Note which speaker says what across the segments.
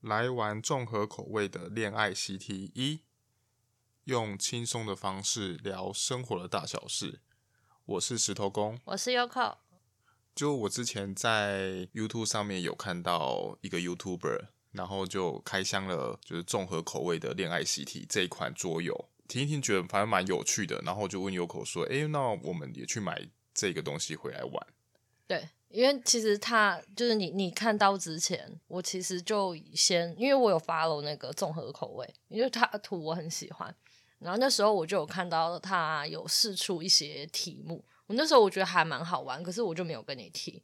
Speaker 1: 来玩综合口味的恋爱习题一，用轻松的方式聊生活的大小事。我是石头公，
Speaker 2: 我是 Yoko，
Speaker 1: 就我之前在 YouTube 上面有看到一个 YouTuber，然后就开箱了就是综合口味的恋爱习题这一款桌游，听一听觉得反正蛮有趣的，然后就问 Yoko 说：“诶，那我们也去买这个东西回来玩。
Speaker 2: 对，因为其实他就是你，你看到之前，我其实就先，因为我有 follow 那个综合口味，因为他的图我很喜欢，然后那时候我就有看到他有试出一些题目，我那时候我觉得还蛮好玩，可是我就没有跟你提，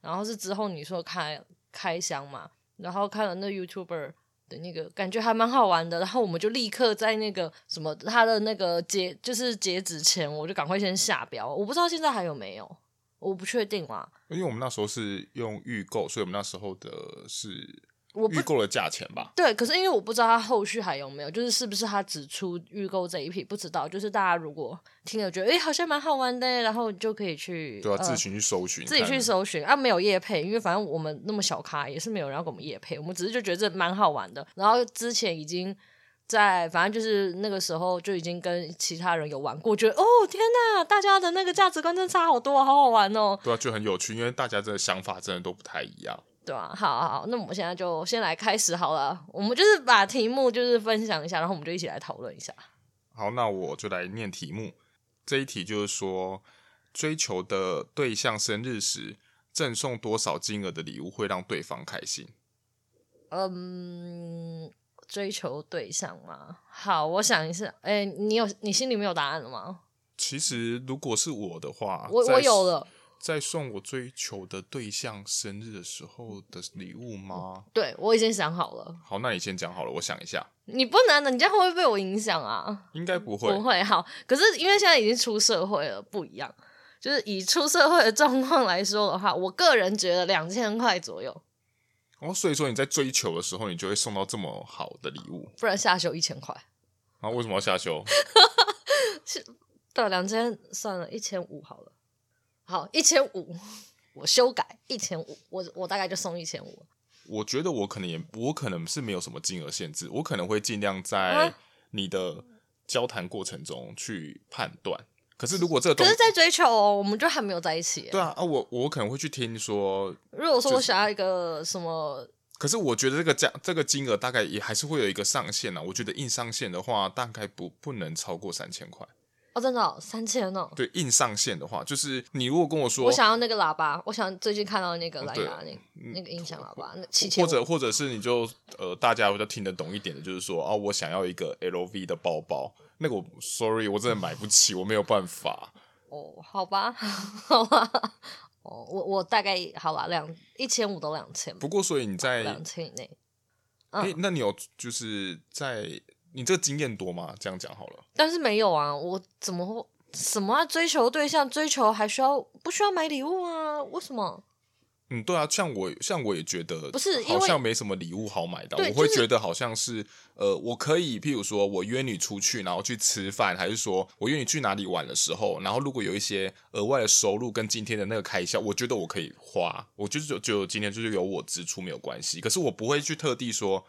Speaker 2: 然后是之后你说开开箱嘛，然后看了那 YouTuber。的那个感觉还蛮好玩的，然后我们就立刻在那个什么他的那个截就是截止前，我就赶快先下标。我不知道现在还有没有，我不确定啦。”
Speaker 1: 因为我们那时候是用预购，所以我们那时候的是
Speaker 2: 我不
Speaker 1: 预购的价钱吧。
Speaker 2: 对，可是因为我不知道他后续还有没有，就是是不是他只出预购这一批，不知道。就是大家如果听了觉得诶好像蛮好玩的，欸然后你就可以去
Speaker 1: 对啊，
Speaker 2: 呃
Speaker 1: 自行去搜寻，
Speaker 2: 自己去
Speaker 1: 看
Speaker 2: 搜寻啊，没有夜配，因为反正我们那么小咖也是没有人要给我们夜配，我们只是就觉得这蛮好玩的。然后之前已经在，反正就是那个时候就已经跟其他人有玩过，觉得哦天呐，大家的那个价值观真的差好多，好好玩哦，
Speaker 1: 对啊，就很有趣，因为大家真的想法真的都不太一样。
Speaker 2: 对啊，好好，好，那我们现在就先来开始好了，我们就是把题目就是分享一下，然后我们就一起来讨论一下。
Speaker 1: 好，那我就来念题目。这一题就是说，追求的对象生日时，赠送多少金额的礼物会让对方开心？
Speaker 2: 嗯，追求对象嘛，好，我想一下，哎、你有你心里没有答案了吗？
Speaker 1: 其实如果是我的话，
Speaker 2: 我
Speaker 1: 在
Speaker 2: 我有了。
Speaker 1: 在送我追求的对象生日的时候的礼物吗？
Speaker 2: 对，我已经想好了。
Speaker 1: 好，那你先讲好了，我想一下，
Speaker 2: 你不能的，你这样会不会被我影响啊？
Speaker 1: 应该不会。
Speaker 2: 不会，好。可是因为现在已经出社会了，不一样。就是以出社会的状况来说的话，我个人觉得两千块左右，
Speaker 1: 哦，所以说你在追求的时候，你就会送到这么好的礼物，
Speaker 2: 不然下修一千块。
Speaker 1: 然后为什么要下修？
Speaker 2: 对，啊两千算了，一千五好了。好，一千五，我修改一千五，我我大概就送一千五。
Speaker 1: 我觉得我可能也，我可能是没有什么金额限制，我可能会尽量在
Speaker 2: 啊
Speaker 1: 你的交谈过程中去判断。可是如果这个
Speaker 2: 可
Speaker 1: 东
Speaker 2: 是，在追求哦，我们就还没有在一起耶。
Speaker 1: 对啊啊，我我可能会去听说，
Speaker 2: 如果说
Speaker 1: 就
Speaker 2: 我
Speaker 1: 是
Speaker 2: 想要一个什么，
Speaker 1: 可是我觉得这个价这个金额大概也还是会有一个上限啊。我觉得硬上限的话，大概不不能超过三千块。
Speaker 2: 哦，真的哦三千哦，
Speaker 1: 对，硬上限的话，就是你如果跟我说，
Speaker 2: 我想要那个喇叭，我想最近看到那个蓝
Speaker 1: 对嗯
Speaker 2: 牙那个那个音响喇叭，那七千
Speaker 1: 或者或者是你就呃，大家比较听得懂一点的，就是说啊，我想要一个 LV 的包包，那个我 sorry，我真的买不起，我没有办法。
Speaker 2: 哦，好吧， 好吧，哦，我我大概好吧，两一千五到两千吧
Speaker 1: 不，过，所以你在
Speaker 2: 两千以内。
Speaker 1: 哎、
Speaker 2: 嗯
Speaker 1: 那你有就是在你这个经验多吗？这样讲好了，
Speaker 2: 但是没有啊，我怎么会什么啊？追求对象追求还需要不需要买礼物啊？为什么？
Speaker 1: 嗯，对啊，像我像我也觉得
Speaker 2: 不是因为
Speaker 1: 好像没什么礼物好买的，啊
Speaker 2: 对
Speaker 1: 我会
Speaker 2: 就是
Speaker 1: 觉得好像是呃，我可以譬如说我约你出去，然后去吃饭，还是说我约你去哪里玩的时候，然后如果有一些额外的收入跟今天的那个开销，我觉得我可以花，我就是就就今天就是有我支出没有关系，可是我不会去特地说。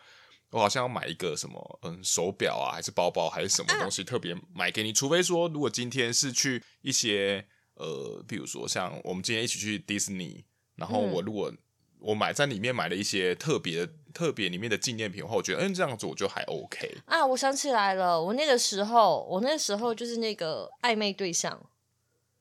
Speaker 1: 我好像要买一个什么，嗯，手表啊，还是包包，还是什么东西特别买给你？除非说，如果今天是去一些呃，比如说像我们今天一起去迪士尼，然后
Speaker 2: 嗯
Speaker 1: 我如果我买在里面买了一些特别特别里面的纪念品的话，我觉得嗯这样子我就还 OK。
Speaker 2: 啊，我想起来了，我那个时候，我那时候就是那个暧昧对象，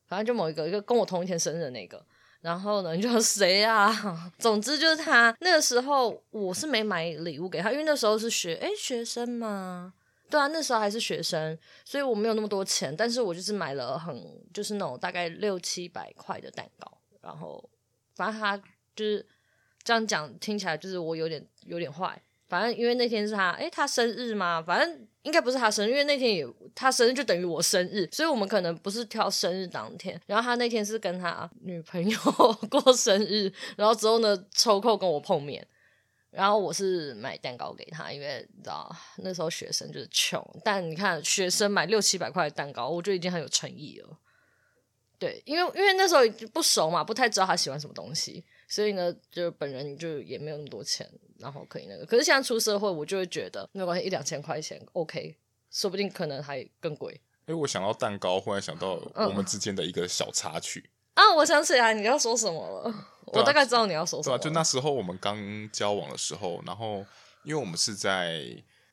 Speaker 2: 反正就某一个，一个跟我同一天生日的那个。然后呢，你就说谁啊？ 总之就是他。那个时候我是没买礼物给他，因为那时候是学诶学生嘛，对啊，那时候还是学生，所以我没有那么多钱，但是我就是买了很就是那种大概六七百块的蛋糕，然后反正他就是这样讲，听起来就是我有点有点坏。反正因为那天是他，诶、他生日嘛，反正应该不是他生日，因为那天也他生日就等于我生日，所以我们可能不是挑生日当天。然后他那天是跟他女朋友 过生日，然后之后呢抽空跟我碰面，然后我是买蛋糕给他，因为你知道那时候学生就是穷，但你看学生买六七百块的蛋糕，我就已经很有诚意了。对，因为因为那时候已经不熟嘛，不太知道他喜欢什么东西，所以呢，就本人就也没有那么多钱，然后可以那个。可是现在出社会，我就会觉得没关系，一两千块钱 OK，说不定可能还更贵
Speaker 1: 哎、我想到蛋糕，忽然想到我们之间的一个小插曲，
Speaker 2: 啊！我想起来你要说什么了，
Speaker 1: 对啊
Speaker 2: 我大概知道你要说什
Speaker 1: 对
Speaker 2: 么
Speaker 1: 吧、
Speaker 2: 了。
Speaker 1: 就那时候我们刚交往的时候，然后因为我们是在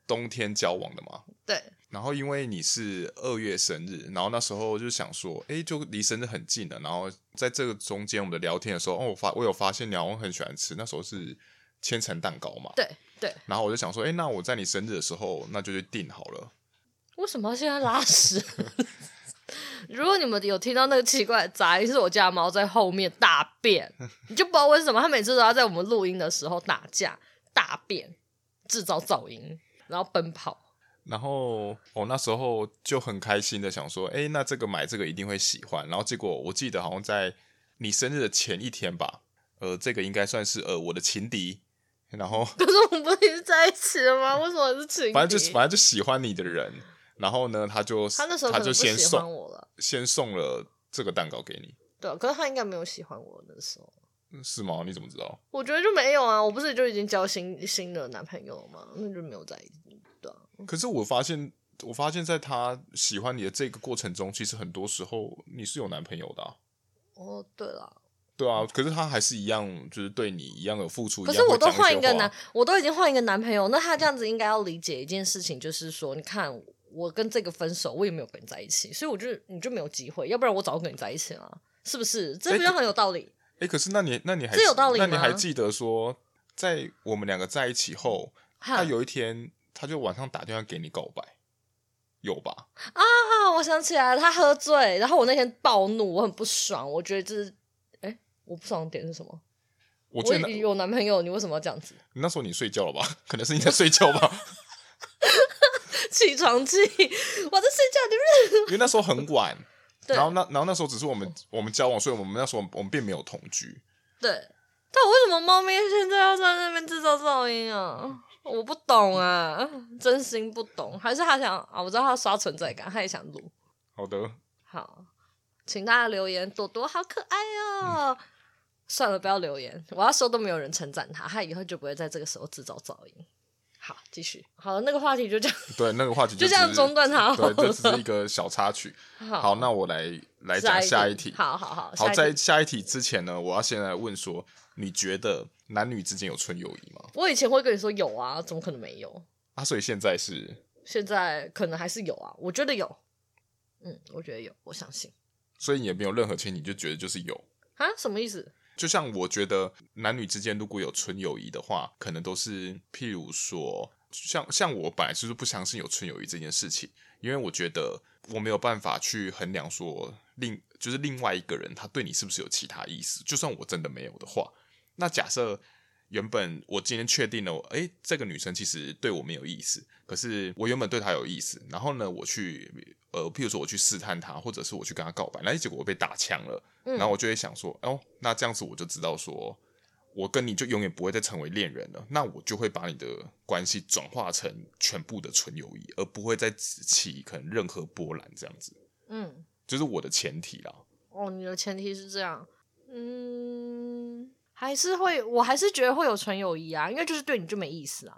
Speaker 1: 冬天交往的嘛，
Speaker 2: 对
Speaker 1: 然后因为你是二月生日，然后那时候就想说，哎、就离生日很近了。然后在这个中间我们的聊天的时候，哦，我发我有发现你好像很喜欢吃，那时候是千层蛋糕嘛。
Speaker 2: 对对，
Speaker 1: 然后我就想说，哎、那我在你生日的时候，那就去订好了。
Speaker 2: 为什么要现在拉屎？ 如果你们有听到那个奇怪的杂音，是我家的猫在后面大便， 你就不知道为什么它每次都要在我们录音的时候打架、大便、制造噪音，然后奔跑。
Speaker 1: 然后我、哦、那时候就很开心的想说，哎，那这个买这个一定会喜欢。然后结果我记得好像在你生日的前一天吧，呃，这个应该算是呃我的情敌。然后
Speaker 2: 可是我们不是在一起了吗？为什么是情敌？
Speaker 1: 反正就是反正就喜欢你的人，然后呢，他就
Speaker 2: 他那时候可
Speaker 1: 他
Speaker 2: 能
Speaker 1: 就
Speaker 2: 不
Speaker 1: 先
Speaker 2: 喜欢
Speaker 1: 送
Speaker 2: 我了，
Speaker 1: 先送了这个蛋糕给你，嗯
Speaker 2: 对啊，可是他应该没有喜欢我那时候。
Speaker 1: 是吗？你怎么知道？
Speaker 2: 我觉得就没有啊，我不是就已经交新新的男朋友了吗？那就没有在一起，对啊，
Speaker 1: 可是我发现，我发现在他喜欢你的这个过程中，其实很多时候你是有男朋友的啊、
Speaker 2: 哦，对啦，
Speaker 1: 对啊，可是他还是一样，就是对你一样有付出。
Speaker 2: 可
Speaker 1: 一
Speaker 2: 是
Speaker 1: 样
Speaker 2: 我
Speaker 1: 会讲
Speaker 2: 都
Speaker 1: 一些
Speaker 2: 换一个
Speaker 1: 话
Speaker 2: 男，我都已经换一个男朋友，那他这样子应该要理解一件事情，就是说，你看我跟这个分手，我也没有跟你在一起，所以我就你就没有机会，要不然我早就跟你在一起了，是不是？这不
Speaker 1: 哎
Speaker 2: 就
Speaker 1: 可
Speaker 2: 很有道理？
Speaker 1: 哎，可是那你那你还
Speaker 2: 这有道理
Speaker 1: 那你还
Speaker 2: 吗
Speaker 1: 记得说，在我们两个在一起后，他
Speaker 2: 哈
Speaker 1: 有一天他就晚上打电话给你告白，有吧？
Speaker 2: 啊，我想起来了，他喝醉，然后我那天暴怒，我很不爽，我觉得这是，哎，我不爽的点是什么？
Speaker 1: 我
Speaker 2: 我
Speaker 1: 觉得
Speaker 2: 已
Speaker 1: 那
Speaker 2: 经有男朋友，你为什么要这样子？
Speaker 1: 那时候你睡觉了吧？ 可能是你在睡觉吧，
Speaker 2: 起床气，我在 睡觉，你们
Speaker 1: 因为那时候很晚。
Speaker 2: 对
Speaker 1: 然后那然后那时候只是我们我们交往，所以我们那时候我们并没有同居。
Speaker 2: 对。但我为什么猫咪现在要在那边制造噪音啊？我不懂啊，真心不懂。还是他想啊？我知道他刷存在感，他也想录。
Speaker 1: 好的，
Speaker 2: 好，请大家留言，朵朵好可爱哦。算了，不要留言。我要说都没有人称赞他，他以后就不会在这个时候制造噪音。好，继续。好，那个话题就这样，
Speaker 1: 对那个话题
Speaker 2: 就这
Speaker 1: 只
Speaker 2: 样
Speaker 1: 是
Speaker 2: 中断它好
Speaker 1: 对，这只是
Speaker 2: 了。
Speaker 1: 一个小插曲。
Speaker 2: 好
Speaker 1: 好，那我来来讲下一题。
Speaker 2: 好好好，
Speaker 1: 好，
Speaker 2: 下一
Speaker 1: 在
Speaker 2: 题。
Speaker 1: 下一题之前呢，我要先来问说，你觉得男女之间有纯友谊吗？
Speaker 2: 我以前会跟你说有啊，怎么可能没有？
Speaker 1: 啊，所以现在是
Speaker 2: 现在可能还是有啊，我觉得有。嗯，我觉得有，我相信。
Speaker 1: 所以也没有任何前提，就觉得就是有。
Speaker 2: 啊，什么意思？
Speaker 1: 就像我觉得男女之间如果有纯友谊的话，可能都是譬如说，像像我本来就是不相信有纯友谊这件事情，因为我觉得我没有办法去衡量说另就是另外一个人他对你是不是有其他意思。就算我真的没有的话，那假设原本我今天确定了，诶、这个女生其实对我没有意思，可是我原本对她有意思，然后呢，我去呃，譬如说我去试探她，或者是我去跟她告白，那结果我被打枪了，
Speaker 2: 嗯
Speaker 1: 然后我就会想说，哦，那这样子我就知道说。我跟你就永远不会再成为恋人了，那我就会把你的关系转化成全部的纯友谊，而不会再起可能任何波澜，这样子
Speaker 2: 嗯，
Speaker 1: 就是我的前提啦。
Speaker 2: 哦，你的前提是这样。嗯，还是会，我还是觉得会有纯友谊啊，因为就是对你就没意思啊。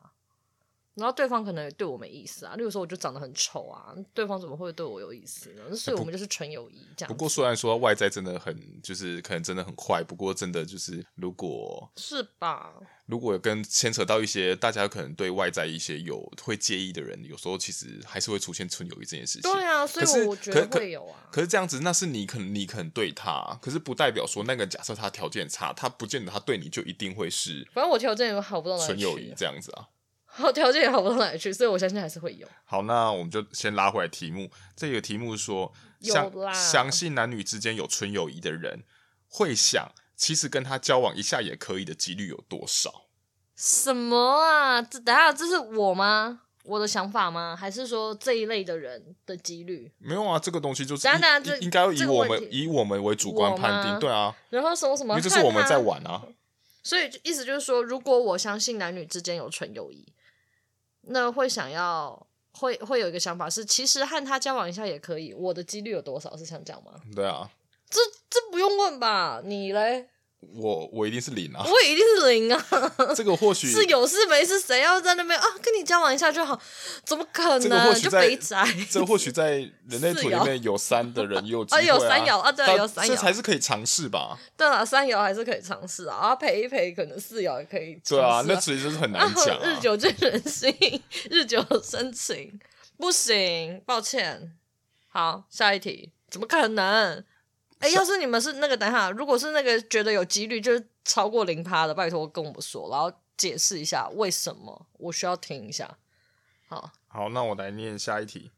Speaker 2: 然后对方可能也对我没意思啊，例如说我就长得很丑啊，对方怎么会对我有意思呢？所以我们就是纯友谊这
Speaker 1: 哎
Speaker 2: 样子。
Speaker 1: 不过虽然说外在真的很，就是可能真的很坏，不过真的就是如果
Speaker 2: 是吧？
Speaker 1: 如果有跟牵扯到一些大家可能对外在一些有会介意的人，有时候其实还是会出现纯友谊这件事情。
Speaker 2: 对啊，所以
Speaker 1: 可是
Speaker 2: 我我觉得
Speaker 1: 可可
Speaker 2: 会有啊。
Speaker 1: 可是这样子，那是你可能你可能对他，可是不代表说那个假设他条件差，他不见得他对你就一定会是
Speaker 2: 反正我条件也好不到哪
Speaker 1: 纯
Speaker 2: 里
Speaker 1: 友谊
Speaker 2: 去，
Speaker 1: 这样子啊。
Speaker 2: 我条件也好不到哪里去，所以我相信还是会有。
Speaker 1: 好，那我们就先拉回来题目。这个题目说，
Speaker 2: 有
Speaker 1: 相
Speaker 2: 啦
Speaker 1: 相信男女之间有纯友谊的人，会想其实跟他交往一下也可以的几率有多少？
Speaker 2: 什么啊？这等下这是我吗？我的想法吗？还是说这一类的人的几率？
Speaker 1: 没有啊，这个东西就是
Speaker 2: 等下
Speaker 1: 应
Speaker 2: 等下这
Speaker 1: 应应该要以
Speaker 2: 这个
Speaker 1: 我
Speaker 2: 问
Speaker 1: 们
Speaker 2: 题
Speaker 1: 以我们为主观
Speaker 2: 我
Speaker 1: 判定，
Speaker 2: 吗
Speaker 1: 对啊，
Speaker 2: 然后什么什么？
Speaker 1: 因为这是我们在
Speaker 2: 看他。
Speaker 1: 玩啊。
Speaker 2: 所以就意思就是说，如果我相信男女之间有纯友谊，那会想要会会有一个想法是，其实和他交往一下也可以。我的几率有多少？是想讲吗？
Speaker 1: 对啊，
Speaker 2: 这这不用问吧？你嘞？
Speaker 1: 我我一定是零 啊。
Speaker 2: 我一定是 零啊，
Speaker 1: 这个或许
Speaker 2: 是有事没事，谁要在那边啊跟你交往一下就好？怎么可
Speaker 1: 这个或
Speaker 2: 能？
Speaker 1: 许
Speaker 2: 就
Speaker 1: 在
Speaker 2: 肥宅。
Speaker 1: 这或许在人类图里面有三的人也有机会、啊，
Speaker 2: 啊有三有啊对
Speaker 1: 但
Speaker 2: 有三有
Speaker 1: 这才是可以尝试 吧？
Speaker 2: 对啊，三爻还是可以尝试啊，啊陪一陪，可能四爻也可以尝试、
Speaker 1: 对啊，那其实就是很难讲、
Speaker 2: 日
Speaker 1: 啊。
Speaker 2: 久见人心，日久生情，不行，抱歉。好，下一题，怎么可能？哎、要是你们是那个，等一下，如果是那个觉得有几率就是超过零趴的，拜托跟我说，然后解释一下为什么，我需要听一下。好，
Speaker 1: 好，那我来念下一题。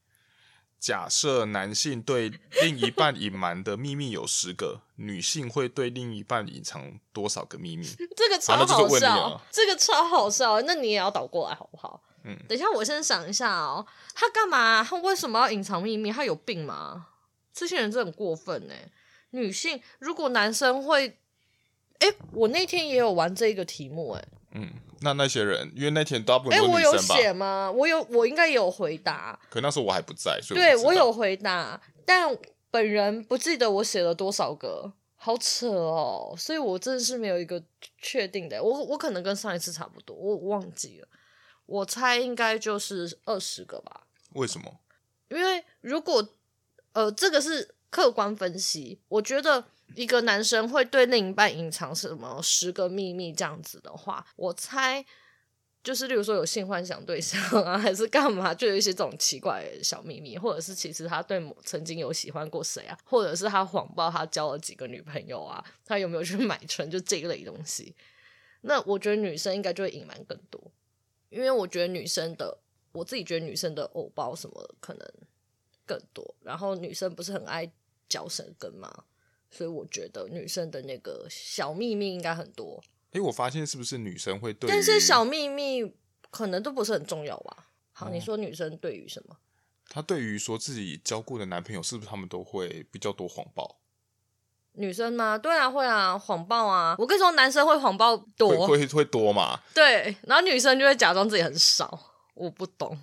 Speaker 1: 假设男性对另一半隐瞒的秘密有十 个，女性会对另一半隐藏多少个秘 密？
Speaker 2: 这个
Speaker 1: 啊好那
Speaker 2: 超
Speaker 1: 就是
Speaker 2: 好
Speaker 1: 问你
Speaker 2: 笑，
Speaker 1: 了
Speaker 2: 这个超好笑，那你也要倒过来好不好？
Speaker 1: 嗯
Speaker 2: 等一下，我先想一下哦，他干嘛？他为什么要隐藏秘密？他有病吗？这些人真的很过分呢。欸女性如果男生会，哎，我那天也有玩这个题目，哎，
Speaker 1: 嗯，那那些人，因为那天大部分
Speaker 2: 哎，
Speaker 1: 都是
Speaker 2: 我
Speaker 1: 女
Speaker 2: 有
Speaker 1: 生吧，
Speaker 2: 写吗？我有，我应该也有回答，
Speaker 1: 可那时候我还不在，所以
Speaker 2: 对
Speaker 1: 不知道
Speaker 2: 我有回答，但本人不记得我写了多少个。好扯哦，所以我真的是没有一个确定的。我我可能跟上一次差不多，我忘记了。我猜应该就是二十个吧。
Speaker 1: 为什么？
Speaker 2: 因为如果呃，这个是客观分析，我觉得一个男生会对另一半隐藏什么十个秘密这样子的话，我猜就是例如说有性幻想对象啊， 还是干嘛，就有一些这种奇怪的小秘密，或者是其实他对某曾经有喜欢过谁啊，或者是他谎报他交了几个女朋友啊，他有没有去买春，就这一类东西。那我觉得女生应该就会隐瞒更多，因为我觉得女生的，我自己觉得女生的偶包什么的可能更多，然后女生不是很爱嚼舌根吗？所以我觉得女生的那个小秘密应该很多，
Speaker 1: 诶，我发现是不是女生会对于？
Speaker 2: 但是小秘密可能都不是很重要吧。好，
Speaker 1: 哦
Speaker 2: 你说女生对于什么？
Speaker 1: 她对于说自己交过的男朋友，是不是他们都会比较多谎报，
Speaker 2: 女生吗？对啊，会啊，谎报啊。我跟你说，男生会谎报
Speaker 1: 会
Speaker 2: 多，
Speaker 1: 会会多嘛？
Speaker 2: 对，然后女生就会假装自己很少。我不懂，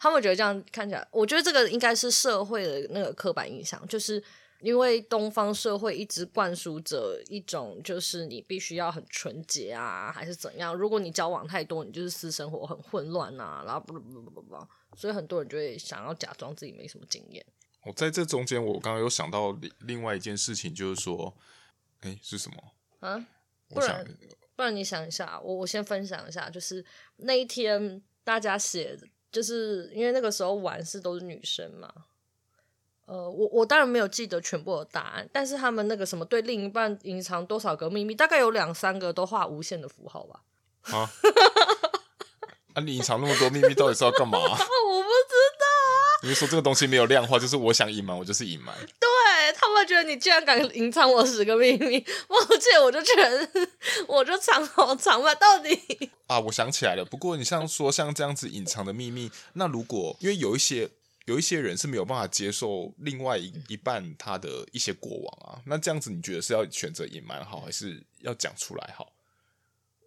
Speaker 2: 他们觉得这样看起来，我觉得这个应该是社会的那个刻板印象，就是因为东方社会一直灌输着一种，就是你必须要很纯洁啊，还是怎样？如果你交往太多，你就是私生活很混乱啊，然后不不不不不，所以很多人就会想要假装自己没什么经验。
Speaker 1: 我在这中间，我刚刚有想到另另外一件事情，就是说，诶，是什么？
Speaker 2: 啊，
Speaker 1: 我
Speaker 2: 不
Speaker 1: 想
Speaker 2: 然不然你想一下，我我先分享一下，就是那一天大家写，就是因为那个时候玩是都是女生嘛。呃，我我当然没有记得全部的答案，但是他们那个什么对另一半隐藏多少个秘密，大概有两三个都画无限的符号吧。
Speaker 1: 啊，啊，你隐藏那么多秘密，到底是要干嘛？
Speaker 2: 啊，我不知
Speaker 1: 你是说这个东西没有量化，就是我想隐瞒，我就是隐瞒。
Speaker 2: 对他们觉得你居然敢隐藏我十个秘密， 抱歉，我就全 我就藏好藏吧，到底
Speaker 1: 啊，我想起来了。不过你像说像这样子隐藏的秘密，那如果因为有一些有一些人是没有办法接受另外一一半他的一些过往啊，那这样子你觉得是要选择隐瞒好，还是要讲出来好？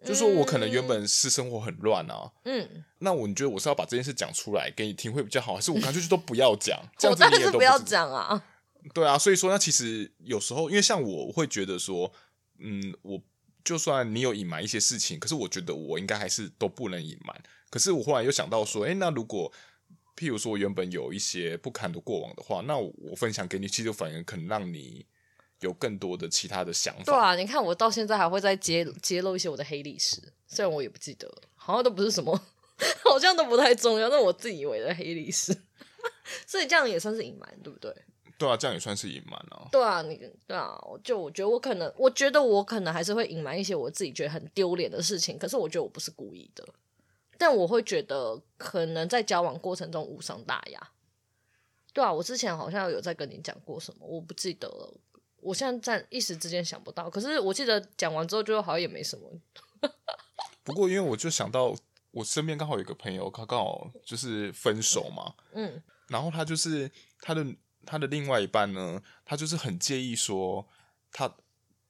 Speaker 1: 就说我可能原本私生活很乱啊，
Speaker 2: 嗯，
Speaker 1: 那我你觉得我是要把这件事讲出来给你听会比较好，还是我干脆就都不要 讲？这
Speaker 2: 我
Speaker 1: 样子
Speaker 2: 当
Speaker 1: 你
Speaker 2: 然
Speaker 1: 也
Speaker 2: 是
Speaker 1: 都
Speaker 2: 不要
Speaker 1: 知
Speaker 2: 讲啊。
Speaker 1: 对啊，所以说那其实有时候，因为像我会觉得说，嗯，我就算你有隐瞒一些事情，可是我觉得我应该还是都不能隐瞒。可是我忽然又想到说，诶，那如果譬如说我原本有一些不堪的过往的话，那我我分享给你，其实反而可能让你有更多的其他的想
Speaker 2: 对
Speaker 1: 法。
Speaker 2: 啊，你看我到现在还会再揭揭露一些我的黑历史，虽然我也不记得了，好像都不是什么， 好像都不太重要，那我自以为的黑历史， 所以这样也算是隐瞒，对不对？
Speaker 1: 对啊，这样也算是隐瞒啊。
Speaker 2: 对啊，你对啊，我就我觉得我可能，我觉得我可能还是会隐瞒一些我自己觉得很丢脸的事情，可是我觉得我不是故意的，但我会觉得可能在交往过程中无伤大雅。对啊，我之前好像有在跟你讲过什么，我不记得了，我现在在一时之间想不到，可是我记得讲完之后就好像也没什么。
Speaker 1: 不过因为我就想到我身边刚好有一个朋友，他刚好就是分手嘛，
Speaker 2: 嗯，
Speaker 1: 然后他就是他的他的另外一半呢，他就是很介意说他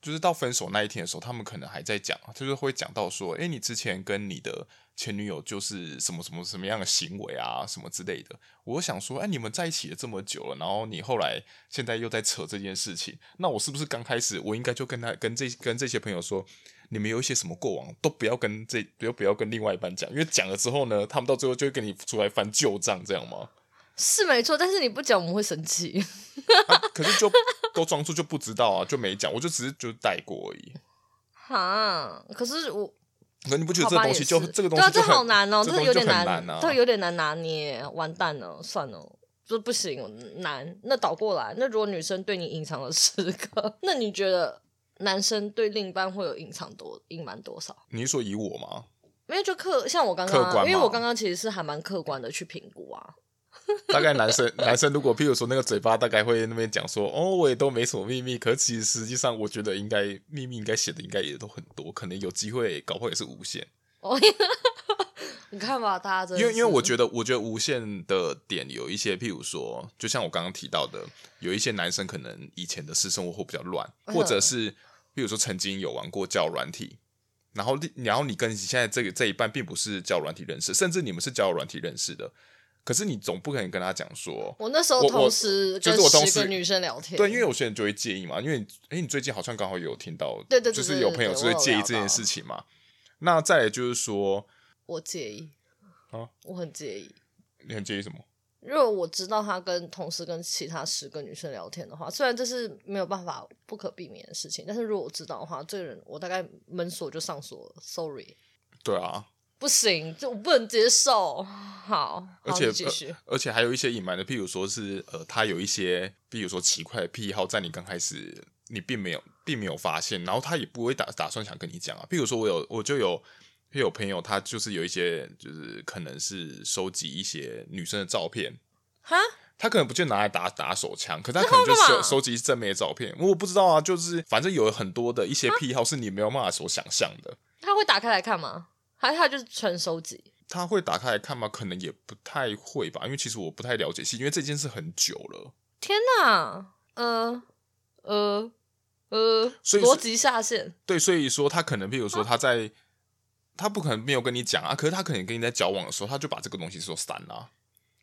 Speaker 1: 就是到分手那一天的时候，他们可能还在讲，啊就是会讲到说，哎，你之前跟你的前女友就是什么什么什么样的行为啊，什么之类的。我想说，哎，你们在一起了这么久了，然后你后来现在又在扯这件事情，那我是不是刚开始我应该就跟他跟这跟这些朋友说，你们有一些什么过往都不要跟这都不要跟另外一半讲，因为讲了之后呢，他们到最后就会跟你出来翻旧账，这样吗？
Speaker 2: 是没错，但是你不讲我们会生气。
Speaker 1: 啊可是就都装出就不知道啊，就没讲，我就只是就带过而已。
Speaker 2: 哈，可是我
Speaker 1: 可你不觉得这个
Speaker 2: 好吧
Speaker 1: 东
Speaker 2: 也
Speaker 1: 西
Speaker 2: 是，
Speaker 1: 就这个东
Speaker 2: 对
Speaker 1: 西
Speaker 2: 啊，
Speaker 1: 就
Speaker 2: 这
Speaker 1: 很
Speaker 2: 好难哦，
Speaker 1: 这东
Speaker 2: 这个
Speaker 1: 西
Speaker 2: 有
Speaker 1: 就
Speaker 2: 点
Speaker 1: 很
Speaker 2: 难，
Speaker 1: 难啊
Speaker 2: 这个有点难拿捏，完蛋了，算了。这不行，难。那倒过来，那如果女生对你隐藏了十个，那你觉得男生对另一半会有隐藏多隐瞒多少？
Speaker 1: 你是说以我吗？
Speaker 2: 没有，就客像我刚
Speaker 1: 客
Speaker 2: 刚啊、
Speaker 1: 观
Speaker 2: 因为
Speaker 1: 嘛
Speaker 2: 我刚刚其实是还蛮客观的去评估啊。
Speaker 1: 大概男生 男生如果譬如说那个嘴巴大概会那边讲说哦，我也都没什么秘密，可其实实际上我觉得应该秘密应该写的应该也都很多，可能有机会搞不好也是无限。
Speaker 2: 哦， 你看吧，大家真的
Speaker 1: 因为因为
Speaker 2: 是
Speaker 1: 我觉得我觉得无限的点有一些，譬如说，就像我刚刚提到的，有一些男生可能以前的私生活会比较乱，
Speaker 2: 嗯
Speaker 1: 或者是譬如说曾经有玩过交友软体。然后另，然后你跟你现在这个这一半并不是交友软体认识，甚至你们是交友软体认识的，可是你总不可能跟他讲说，
Speaker 2: 我那时候
Speaker 1: 我我
Speaker 2: 同时
Speaker 1: 就
Speaker 2: 跟
Speaker 1: 是我同
Speaker 2: 十
Speaker 1: 时
Speaker 2: 个女生聊天，
Speaker 1: 对，因为有些人就会介意嘛，因为你哎，你最近好像刚好有听到，
Speaker 2: 对对对
Speaker 1: 就是
Speaker 2: 对
Speaker 1: 有
Speaker 2: 对
Speaker 1: 朋友
Speaker 2: 对
Speaker 1: 是
Speaker 2: 我
Speaker 1: 会
Speaker 2: 有
Speaker 1: 介意
Speaker 2: 聊
Speaker 1: 这件
Speaker 2: 到
Speaker 1: 事情嘛。那再来就是说，
Speaker 2: 我介意，
Speaker 1: 啊
Speaker 2: 我很介意。
Speaker 1: 你很介意什么？
Speaker 2: 如果我知道他跟同时跟其他十个女生聊天的话，虽然这是没有办法不可避免的事情，但是如果我知道的话，这个人我大概门锁就上锁了，sorry，
Speaker 1: 对啊，
Speaker 2: 不行，这我不能接受。好，
Speaker 1: 而
Speaker 2: 好
Speaker 1: 且呃
Speaker 2: 你继续，
Speaker 1: 而且还有一些隐瞒的，譬如说是呃，他有一些，比如说奇怪的癖好，在你刚开始你并没有并没有发现，然后他也不会打打算想跟你讲啊。譬如说我有我就有就有朋友，他就是有一些就是可能是收集一些女生的照片，
Speaker 2: 哈，
Speaker 1: 他可能不就拿来打打手枪，可他可能就
Speaker 2: 那他干
Speaker 1: 收
Speaker 2: 嘛
Speaker 1: 收集正妹的照片，我不知道啊，就是反正有很多的一
Speaker 2: 啊
Speaker 1: 些癖好是你没有办法所想象的。
Speaker 2: 他会打开来看吗？还是他就是纯收集？
Speaker 1: 他会打开来看吗？可能也不太会吧，因为其实我不太了解戏，因为这件事很久了。
Speaker 2: 天哪，呃呃呃，
Speaker 1: 所以
Speaker 2: 逻
Speaker 1: 是
Speaker 2: 辑下线，
Speaker 1: 对，所以说他可能，譬如
Speaker 2: 啊
Speaker 1: 说他在，他不可能没有跟你讲啊，可是他可能跟你在交往的时候，他就把这个东西说删了啊、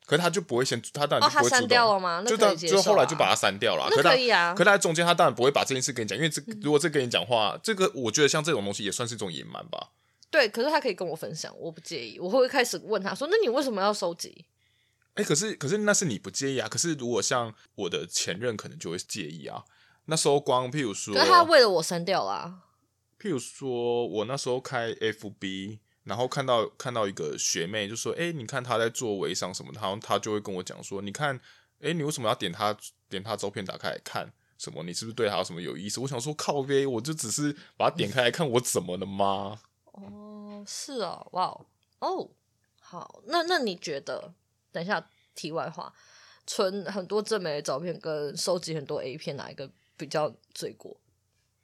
Speaker 1: 可是他就不会先，他当
Speaker 2: 哦，
Speaker 1: 然就
Speaker 2: 他
Speaker 1: 不会主动、
Speaker 2: 删掉了吗？那
Speaker 1: 就
Speaker 2: 可
Speaker 1: 到
Speaker 2: 以接
Speaker 1: 就
Speaker 2: 受
Speaker 1: 后来就
Speaker 2: 啊
Speaker 1: 把它删掉了啊。
Speaker 2: 那
Speaker 1: 可他
Speaker 2: 可以啊嗯
Speaker 1: 可他在中间，他当然不会把这件事跟你讲，因为这如果这跟你讲话，这个我觉得像这种东西也算是一种隐瞒吧。
Speaker 2: 对，可是他可以跟我分享，我不介意。我会开始问他说：“那你为什么要收集
Speaker 1: 哎，可是可是那是你不介意啊，可是如果像我的前任，可能就会介意啊。那时候光譬如？”说，
Speaker 2: 可是他为了我删掉啦。
Speaker 1: 譬如说，我那时候开 FB，然后看到看到一个学妹就说：“哎、你看她在做微商什么的，然后她就会跟我讲说，你看，哎、你为什么要点她点她照片打开来看？什么？你是不是对她有什么有意思？”我想说，靠呗，我就只是把它点开来看，我怎么了吗？
Speaker 2: 哦，是哦，哇哦，哦，好，那那你觉得？等一下，题外话，存很多正美的照片跟收集很多 A 片，哪一个比较罪过？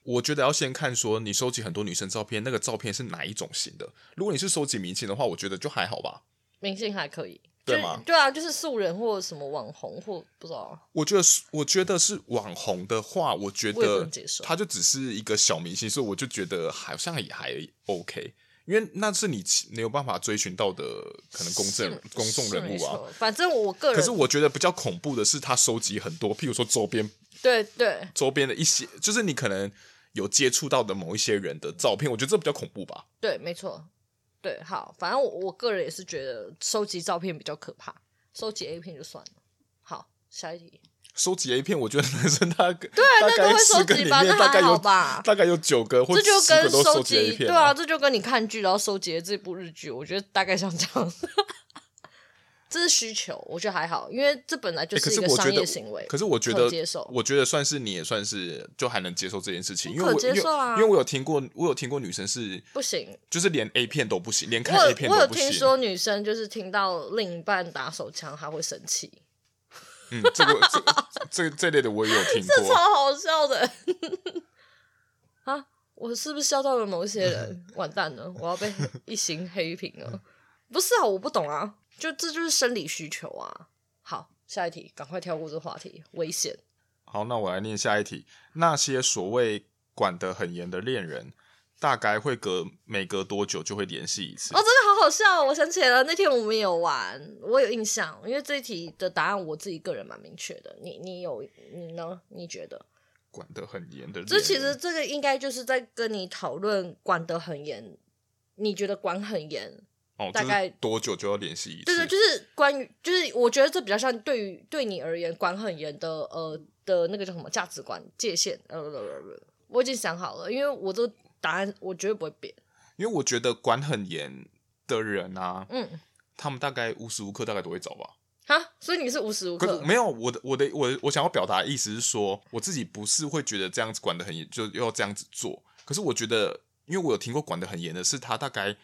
Speaker 1: 我觉得要先看说你收集很多女生照片，那个照片是哪一种型的。如果你是收集明星的话，我觉得就还好吧。
Speaker 2: 明星还可以，
Speaker 1: 对
Speaker 2: 就
Speaker 1: 吗
Speaker 2: 对啊，就是素人或什么网红或不知道啊。
Speaker 1: 我觉得是，我觉得是网红的话，我觉
Speaker 2: 我也不
Speaker 1: 得
Speaker 2: 能接受
Speaker 1: 他就只是一个小明星，所以我就觉得好像也还 OK，因为那是你其没有办法追寻到的可能公正
Speaker 2: 是
Speaker 1: 公众人物。
Speaker 2: 是没
Speaker 1: 啊。
Speaker 2: 错反正我个
Speaker 1: 可是
Speaker 2: 人
Speaker 1: 我觉得比较恐怖的是，他收集很多，譬如说周边
Speaker 2: 对对，
Speaker 1: 周边的一些，就是你可能有接触到的某一些人的照片，我觉得这比较恐怖吧。
Speaker 2: 对，没错，对，好，反正我我个人也是觉得收集照片比较可怕，收集 A 片就算了。好，下一题，
Speaker 1: 收集 A 片，我觉得男生大概对，
Speaker 2: 啊那都会收
Speaker 1: 个里
Speaker 2: 集吧，
Speaker 1: 面
Speaker 2: 那
Speaker 1: 大概
Speaker 2: 还好
Speaker 1: 有
Speaker 2: 吧？
Speaker 1: 大概有九个或
Speaker 2: 这就
Speaker 1: 十个
Speaker 2: 跟
Speaker 1: 都
Speaker 2: 收
Speaker 1: 集 A 片、
Speaker 2: 对啊，，这就跟你看剧然后收集这部日剧，我觉得大概像这样。这是需求，我觉得还好，因为这本来就
Speaker 1: 欸可
Speaker 2: 一
Speaker 1: 是
Speaker 2: 个
Speaker 1: 我觉
Speaker 2: 商
Speaker 1: 得
Speaker 2: 业
Speaker 1: 我，
Speaker 2: 行为。
Speaker 1: 可是我觉
Speaker 2: 可
Speaker 1: 得，
Speaker 2: 接受
Speaker 1: 我觉得算是你也算是就还能接受这件事情，因
Speaker 2: 不
Speaker 1: 为
Speaker 2: 可
Speaker 1: 我因为
Speaker 2: 接受啊
Speaker 1: 因为我有听过，我有听过女生是
Speaker 2: 不行，
Speaker 1: 就是连 A 片都不行，连看
Speaker 2: 我
Speaker 1: A
Speaker 2: 有
Speaker 1: 片
Speaker 2: 我有
Speaker 1: 都不
Speaker 2: 听
Speaker 1: 行。
Speaker 2: 说女生就是听到另一半打手枪，她会生气，
Speaker 1: 嗯，这个这个这这类的我也有听
Speaker 2: 这超
Speaker 1: 过。
Speaker 2: 好笑的 啊！我是不是笑到了某些人？完蛋了，我要被一行黑屏了。不是啊，我不懂啊，就这就是生理需求啊。好，下一题，赶快跳过这话题，危险。
Speaker 1: 好，那我来念下一题。那些所谓管得很严的恋人，大概会隔每隔多久就会联系一次
Speaker 2: 哦，这。个好好笑哦！我想起来了，那天我们有玩，我有印象，因为这一题的答案我自己个人蛮明确的。你你有你呢？你觉得？
Speaker 1: 管得很严的恋人，
Speaker 2: 这其实这个应该就是在跟你讨论管得很严，你觉得管很严？
Speaker 1: 哦，
Speaker 2: 大
Speaker 1: 就是
Speaker 2: 概
Speaker 1: 多久就要联系一次？
Speaker 2: 对对，就是关于，就是我觉得这比较像对于对你而言管很严的呃的那个叫什么价值观界限呃不不不不，我已经想好了，因为我这个答案我绝对不会变。
Speaker 1: 因为我觉得管很严的人啊，
Speaker 2: 嗯，
Speaker 1: 他们大概无时无刻大概都会找吧。
Speaker 2: 哈，所以你是无时无
Speaker 1: 可是
Speaker 2: 刻
Speaker 1: 没有，我的我的我的我想要表达的意思是说，我自己不是会觉得这样子管得很严，就要这样子做。可是我觉得，因为我有听过管得很严的是，他大概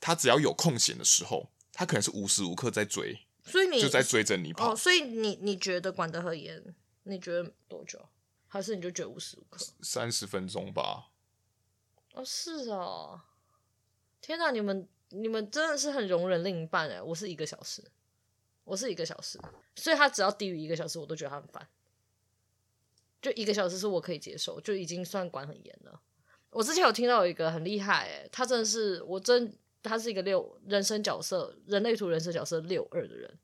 Speaker 1: 他只要有空闲的时候，他可能是无时无刻在追，
Speaker 2: 所以你
Speaker 1: 就在追着你跑。
Speaker 2: 哦，所以你你觉得管得很严，你觉得多久？还是你就觉得无时无刻？
Speaker 1: 三十分钟吧，
Speaker 2: 哦，是哦，天哪，你们你们真的是很容忍另一半哎，我是一个小时，我是一个小时，所以他只要低于一个小时，我都觉得他很烦。就一个小时是我可以接受，就已经算管很严了。我之前有听到有一个很厉害哎，他真的是我真他是一个六人生角色，人类图人生角色六二的人，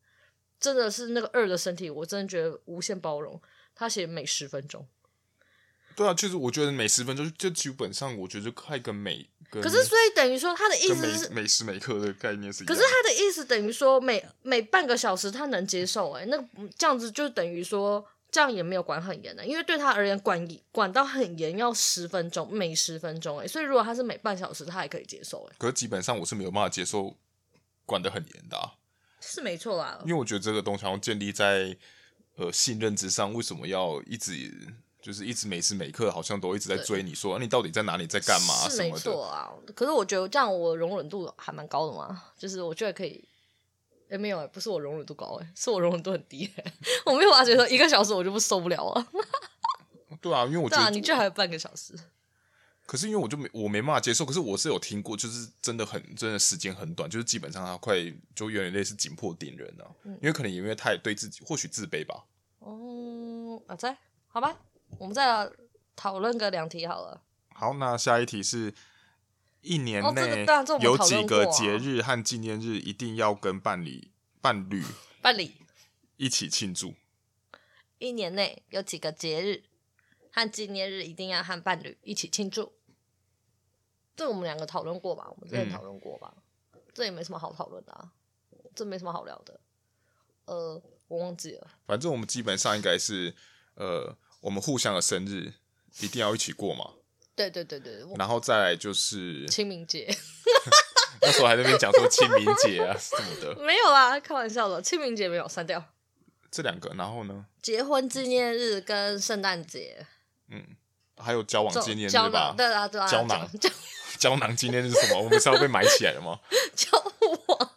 Speaker 2: 真的是那个二的身体，我真的觉得无限包容。他写每十分钟，
Speaker 1: 对啊，就是我觉得每十分钟就基本上，我觉得快跟每跟
Speaker 2: 可是所以等于说他的意
Speaker 1: 嗯跟
Speaker 2: 思是
Speaker 1: 每每时每刻的概念是一
Speaker 2: 可
Speaker 1: 样
Speaker 2: 是
Speaker 1: 的。
Speaker 2: 他的意思等于说每每半个小时他能接受、欸，哎，那嗯这样子就等于说这样也没有管很严的、啊因为对他而言管管到很严要十分钟，每十分钟，哎，所以如果他是每半小时，他还可以接受、欸，哎，
Speaker 1: 可是基本上我是没有办法接受管得很严的、啊。
Speaker 2: 是没错啦
Speaker 1: 因。为我觉得这个东西好像建立在呃信任之上，为什么要一直就是一直每时每刻好像都一直在追你说、啊你到底在哪里在干嘛、
Speaker 2: 是
Speaker 1: 什
Speaker 2: 没
Speaker 1: 么
Speaker 2: 错
Speaker 1: 的？
Speaker 2: 啊，可是我觉得这样我容忍度还蛮高的嘛，就是我觉得可以，哎、没有哎、不是我容忍度高哎、是我容忍度很低哎、 我没有发觉说一个小时我就不受不了啊，
Speaker 1: 对啊，因为我
Speaker 2: 对
Speaker 1: 觉得，
Speaker 2: 啊，你居然还有半个小时，
Speaker 1: 可是因为我就没我没办法接受，可是我是有听过，就是真的很真的时间很短，就是基本上他快就有点类似紧迫盯人啊，因为可能也因为太对自己或许自卑吧。
Speaker 2: 嗯，啊，在好吧，我们再讨论个两题好了。
Speaker 1: 好，那下一题是。一年
Speaker 2: 哦这个
Speaker 1: 内
Speaker 2: 当然这我们
Speaker 1: 有
Speaker 2: 讨论
Speaker 1: 几个
Speaker 2: 过啊
Speaker 1: 节日和纪念日一定要跟伴侣伴侣
Speaker 2: 办理
Speaker 1: 一起庆祝？
Speaker 2: 一年内有几个节日和纪念日一定要和伴侣一起庆祝？这我们两个讨论过吧？我们之前
Speaker 1: 嗯
Speaker 2: 讨论过吧？这也没什么好讨论的啊，这没什么好聊的。呃，我忘记了，
Speaker 1: 反正我们基本上应该是，呃，我们互相的生日一定要一起过嘛，
Speaker 2: 对对对对，我
Speaker 1: 然后再来就是
Speaker 2: 清明节
Speaker 1: 那时候还在那边讲说清明节啊什么的，
Speaker 2: 没有啦，开玩笑的，清明节没有删掉。
Speaker 1: 这两个，然后呢，
Speaker 2: 结婚纪念日跟圣诞节，
Speaker 1: 嗯，还有交往
Speaker 2: 这
Speaker 1: 纪念
Speaker 2: 胶
Speaker 1: 日吧
Speaker 2: 囊，对啊对啊，
Speaker 1: 胶囊
Speaker 2: 胶
Speaker 1: 胶囊纪念日是什么？我们是要被埋起来的吗？
Speaker 2: 教我。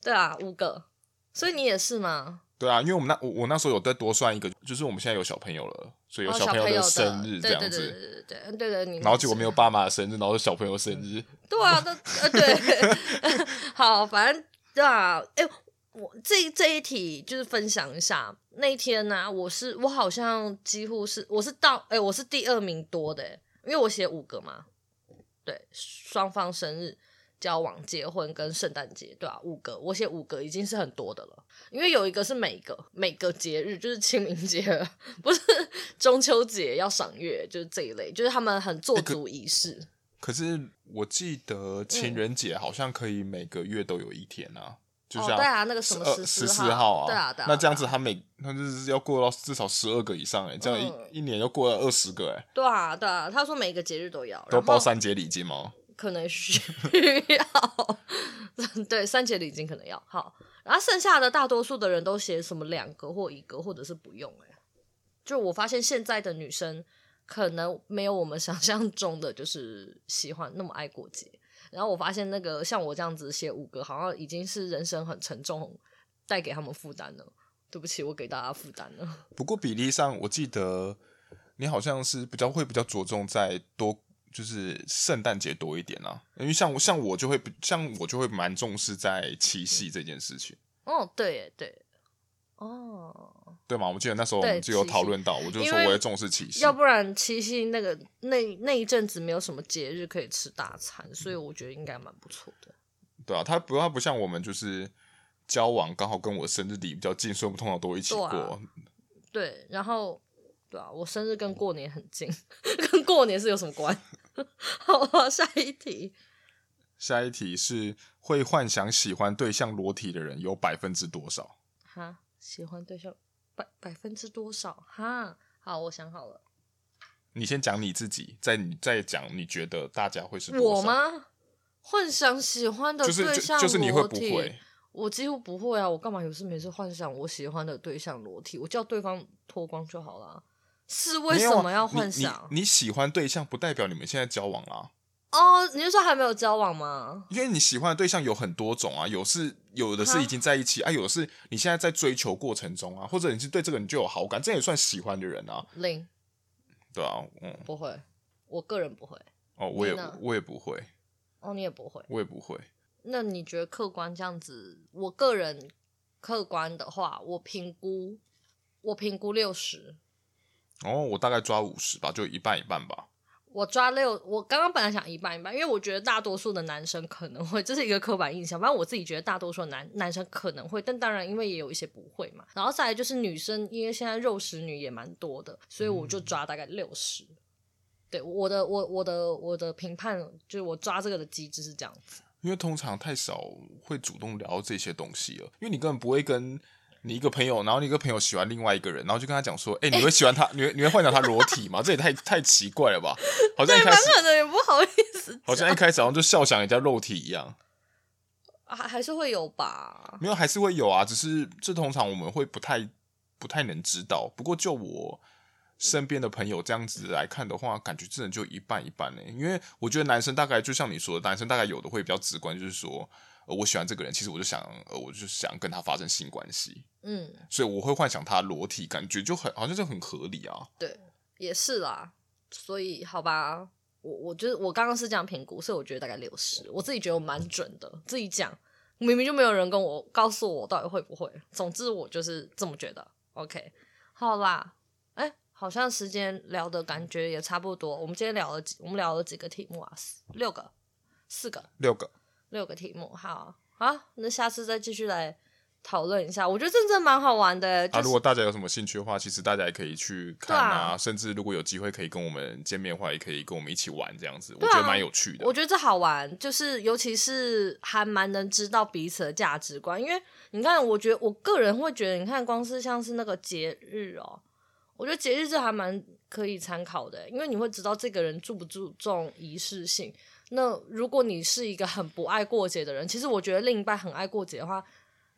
Speaker 2: 对啊，五个，所以你也是吗？
Speaker 1: 对啊，因为我们那我我那时候有再多算一个，就是我们现在有小朋友了，所以有
Speaker 2: 哦
Speaker 1: 朋
Speaker 2: 朋
Speaker 1: 友
Speaker 2: 友的
Speaker 1: 生日这样
Speaker 2: 对对
Speaker 1: 子，
Speaker 2: 对对对对对对，你
Speaker 1: 然后结果没有
Speaker 2: 是
Speaker 1: 爸妈的生日，然后是小朋友生日，
Speaker 2: 对啊，那呃对， 好，反正对啊，哎、我这这一题就是分享一下，那一天呢、我是我好像几乎是我是到哎、我是第二名多的、因为我写五个嘛，对，双方生日、交往、结婚跟圣诞节，对啊，五个，我写五个已经是很多的了，因为有一个是每个每个节日，就是清明节，不是中秋节要赏月，就是这一类，就是他们很做
Speaker 1: 哎可
Speaker 2: 足仪式。
Speaker 1: 可是我记得情人节好像可以每个月都有一天啊，就
Speaker 2: 哦
Speaker 1: 像
Speaker 2: 对啊那个什么
Speaker 1: 12
Speaker 2: 14
Speaker 1: 14
Speaker 2: 号
Speaker 1: 号
Speaker 2: 对啊对啊
Speaker 1: 那这样子他每他就是要过到至少十二个以上哎、这样一、
Speaker 2: 嗯
Speaker 1: 一年要过到二十个哎、
Speaker 2: 对啊，对啊，他说每个节日都要，
Speaker 1: 都
Speaker 2: 然后
Speaker 1: 包三节礼金吗？
Speaker 2: 可能需要， 对，三节礼金可能要好，然后剩下的大多数的人都写什么两个或一个，或者是不用、欸。就我发现现在的女生可能没有我们想象中的就是喜欢那么爱过节，然后我发现那个像我这样子写五个，好像已经是人生很沉重，带给他们负担了。对不起，我给大家负担了。
Speaker 1: 不过比例上，我记得你好像是比较会比较着重在多。就是圣诞节多一点啊，因为像我像我就会像我就会蛮重视在七夕这件事情。
Speaker 2: 哦，对耶，对耶，哦，
Speaker 1: 对吗？我们记得那时候我
Speaker 2: 对
Speaker 1: 们就有
Speaker 2: 七夕
Speaker 1: 讨论到，我就
Speaker 2: 因
Speaker 1: 说
Speaker 2: 为
Speaker 1: 我也重视七夕
Speaker 2: 要。不然七夕那个那那一阵子没有什么节日可以吃大餐，所
Speaker 1: 嗯
Speaker 2: 以我觉得应该蛮不错的。
Speaker 1: 对啊，他不他不像我们就是交往刚好跟我生日礼比较近，所以我们通常都会一起
Speaker 2: 对
Speaker 1: 过。
Speaker 2: 啊对，然后对啊，我生日跟过年很近， 跟过年是有什么关？ 好啊，下一题。
Speaker 1: 下一题是会幻想喜欢对象裸体的人有百分之多少？
Speaker 2: 哈，喜欢对象百百分之多少？哈，好，我想好了，
Speaker 1: 你先讲你自己，再你再讲你觉得大家会是多少
Speaker 2: 我？吗？幻想喜欢的
Speaker 1: 就是
Speaker 2: 对
Speaker 1: 就
Speaker 2: 象
Speaker 1: 就是你会
Speaker 2: 裸
Speaker 1: 不
Speaker 2: 体
Speaker 1: 会？
Speaker 2: 我几乎不会啊，我干嘛有事没事幻想我喜欢的对象裸体？我叫对方脱光就好啦。是为
Speaker 1: 没有
Speaker 2: 什
Speaker 1: 啊
Speaker 2: 么要
Speaker 1: 你
Speaker 2: 幻
Speaker 1: 你
Speaker 2: 想？
Speaker 1: 你喜欢对象不代表你们现在交往啊，
Speaker 2: 哦，你是说还没有交往吗？
Speaker 1: 因为你喜欢的对象有很多种啊，有是有的是已经在一起啊，有的是你现在在追求过程中啊，或者你是对这个人就有好感，这也算喜欢的人啊，
Speaker 2: 零
Speaker 1: 对啊，嗯，
Speaker 2: 不会，我个人不会。
Speaker 1: 哦，我也
Speaker 2: 你呢
Speaker 1: 我也不会，
Speaker 2: 哦，你也不会。
Speaker 1: 我也不会，
Speaker 2: 那你觉得客观这样子，我个人客观的话，我评估，我评估六十，
Speaker 1: 哦，我大概抓五十吧，就一半一半吧。
Speaker 2: 我抓六，我刚刚本来想一半一半，因为我觉得大多数的男生可能会， 这是一个刻板印象。反正我自己觉得大多数的男男生可能会，但当然因为也有一些不会嘛。然后再来就是女生，因为现在肉食女也蛮多的，所以我
Speaker 1: 嗯
Speaker 2: 就抓大概六十、对，我的我我的我的评判就是我抓这个的机制是这样子。
Speaker 1: 因为通常太少会主动聊这些东西了，因为你根本不会跟你一个朋友，然后你一个朋友喜欢另外一个人，然后就跟他讲说，哎、你会喜欢他，你会你会幻想他裸体吗？这也太太奇怪了吧？好像一开
Speaker 2: 蛮
Speaker 1: 始
Speaker 2: 可能也不好意思，
Speaker 1: 好像一开始好像就笑想人家肉体一样，
Speaker 2: 啊还还是会有吧。
Speaker 1: 没有还是会有啊，只是这通常我们会不太不太能知道。不过就我身边的朋友这样子来看的话，感觉真的就一半一半呢、欸因为我觉得男生大概就像你说的，男生大概有的会比较直观，就是说。呃，我喜欢这个人，其实我就想，呃，我就想跟他发生性关系。
Speaker 2: 嗯，
Speaker 1: 所以我会幻想他裸体，感觉就很好像就很合理啊。
Speaker 2: 对，也是啦。所以好吧，我我就是我刚刚是这样评估，所以我觉得大概六十，我自己觉得我蛮准的，自己讲，明明就没有人跟我告诉我到底会不会，总之我就是这么觉得。OK，好啦，哎、好像时间聊的感觉也差不多，我们今天聊了几，我们聊了几个题目啊，四六个，四个，
Speaker 1: 六个，
Speaker 2: 六个题目，好啊，那下次再继续来讨论一下，我觉得这真的蛮好玩的、就
Speaker 1: 啊，
Speaker 2: 是
Speaker 1: 如果大家有什么兴趣的话，其实大家也可以去看
Speaker 2: 对
Speaker 1: 啊，
Speaker 2: 啊
Speaker 1: 甚至如果有机会可以跟我们见面的话，也可以跟我们一起玩这样子，我
Speaker 2: 对啊
Speaker 1: 觉得蛮有趣的
Speaker 2: 我。觉得这好玩，就是尤其是还蛮能知道彼此的价值观，因为你看，我觉得我个人会觉得，你看光是像是那个节日哦，我觉得节日这还蛮可以参考的，欸因为你会知道这个人注不注重仪式性。那如果你是一个很不爱过节的人，其实我觉得另一半很爱过节的话，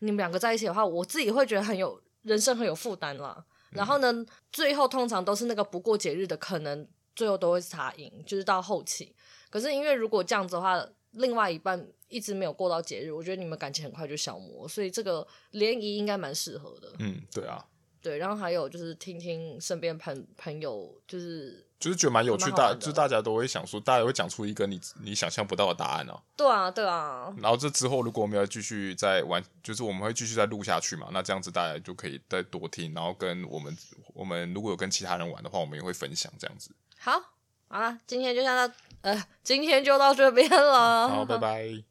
Speaker 2: 你们两个在一起的话，我自己会觉得很有人生很有负担啦。然后呢，最后通常都是那个不过节日的，可能最后都会是他赢，就是到后期。可是因为如果这样子的话，另外一半一直没有过到节日，我觉得你们感情很快就消磨，所以这个联谊应该蛮适合的。
Speaker 1: 嗯，对啊，
Speaker 2: 对，然后还有就是听听身边朋朋友，就是
Speaker 1: 就是觉得蛮有趣，
Speaker 2: 蛮好玩
Speaker 1: 大
Speaker 2: 的
Speaker 1: 就是大家都会想说，大家会讲出一个你你想象不到的答案啊。
Speaker 2: 对啊，对啊，
Speaker 1: 然后这之后，如果我们要继续再玩，就是我们会继续再录下去嘛，那这样子大家就可以再多听，然后跟我们我们如果有跟其他人玩的话，我们也会分享这样子。
Speaker 2: 好，好啦，今天就先到，呃，今天就到这边了，
Speaker 1: 好，拜。拜。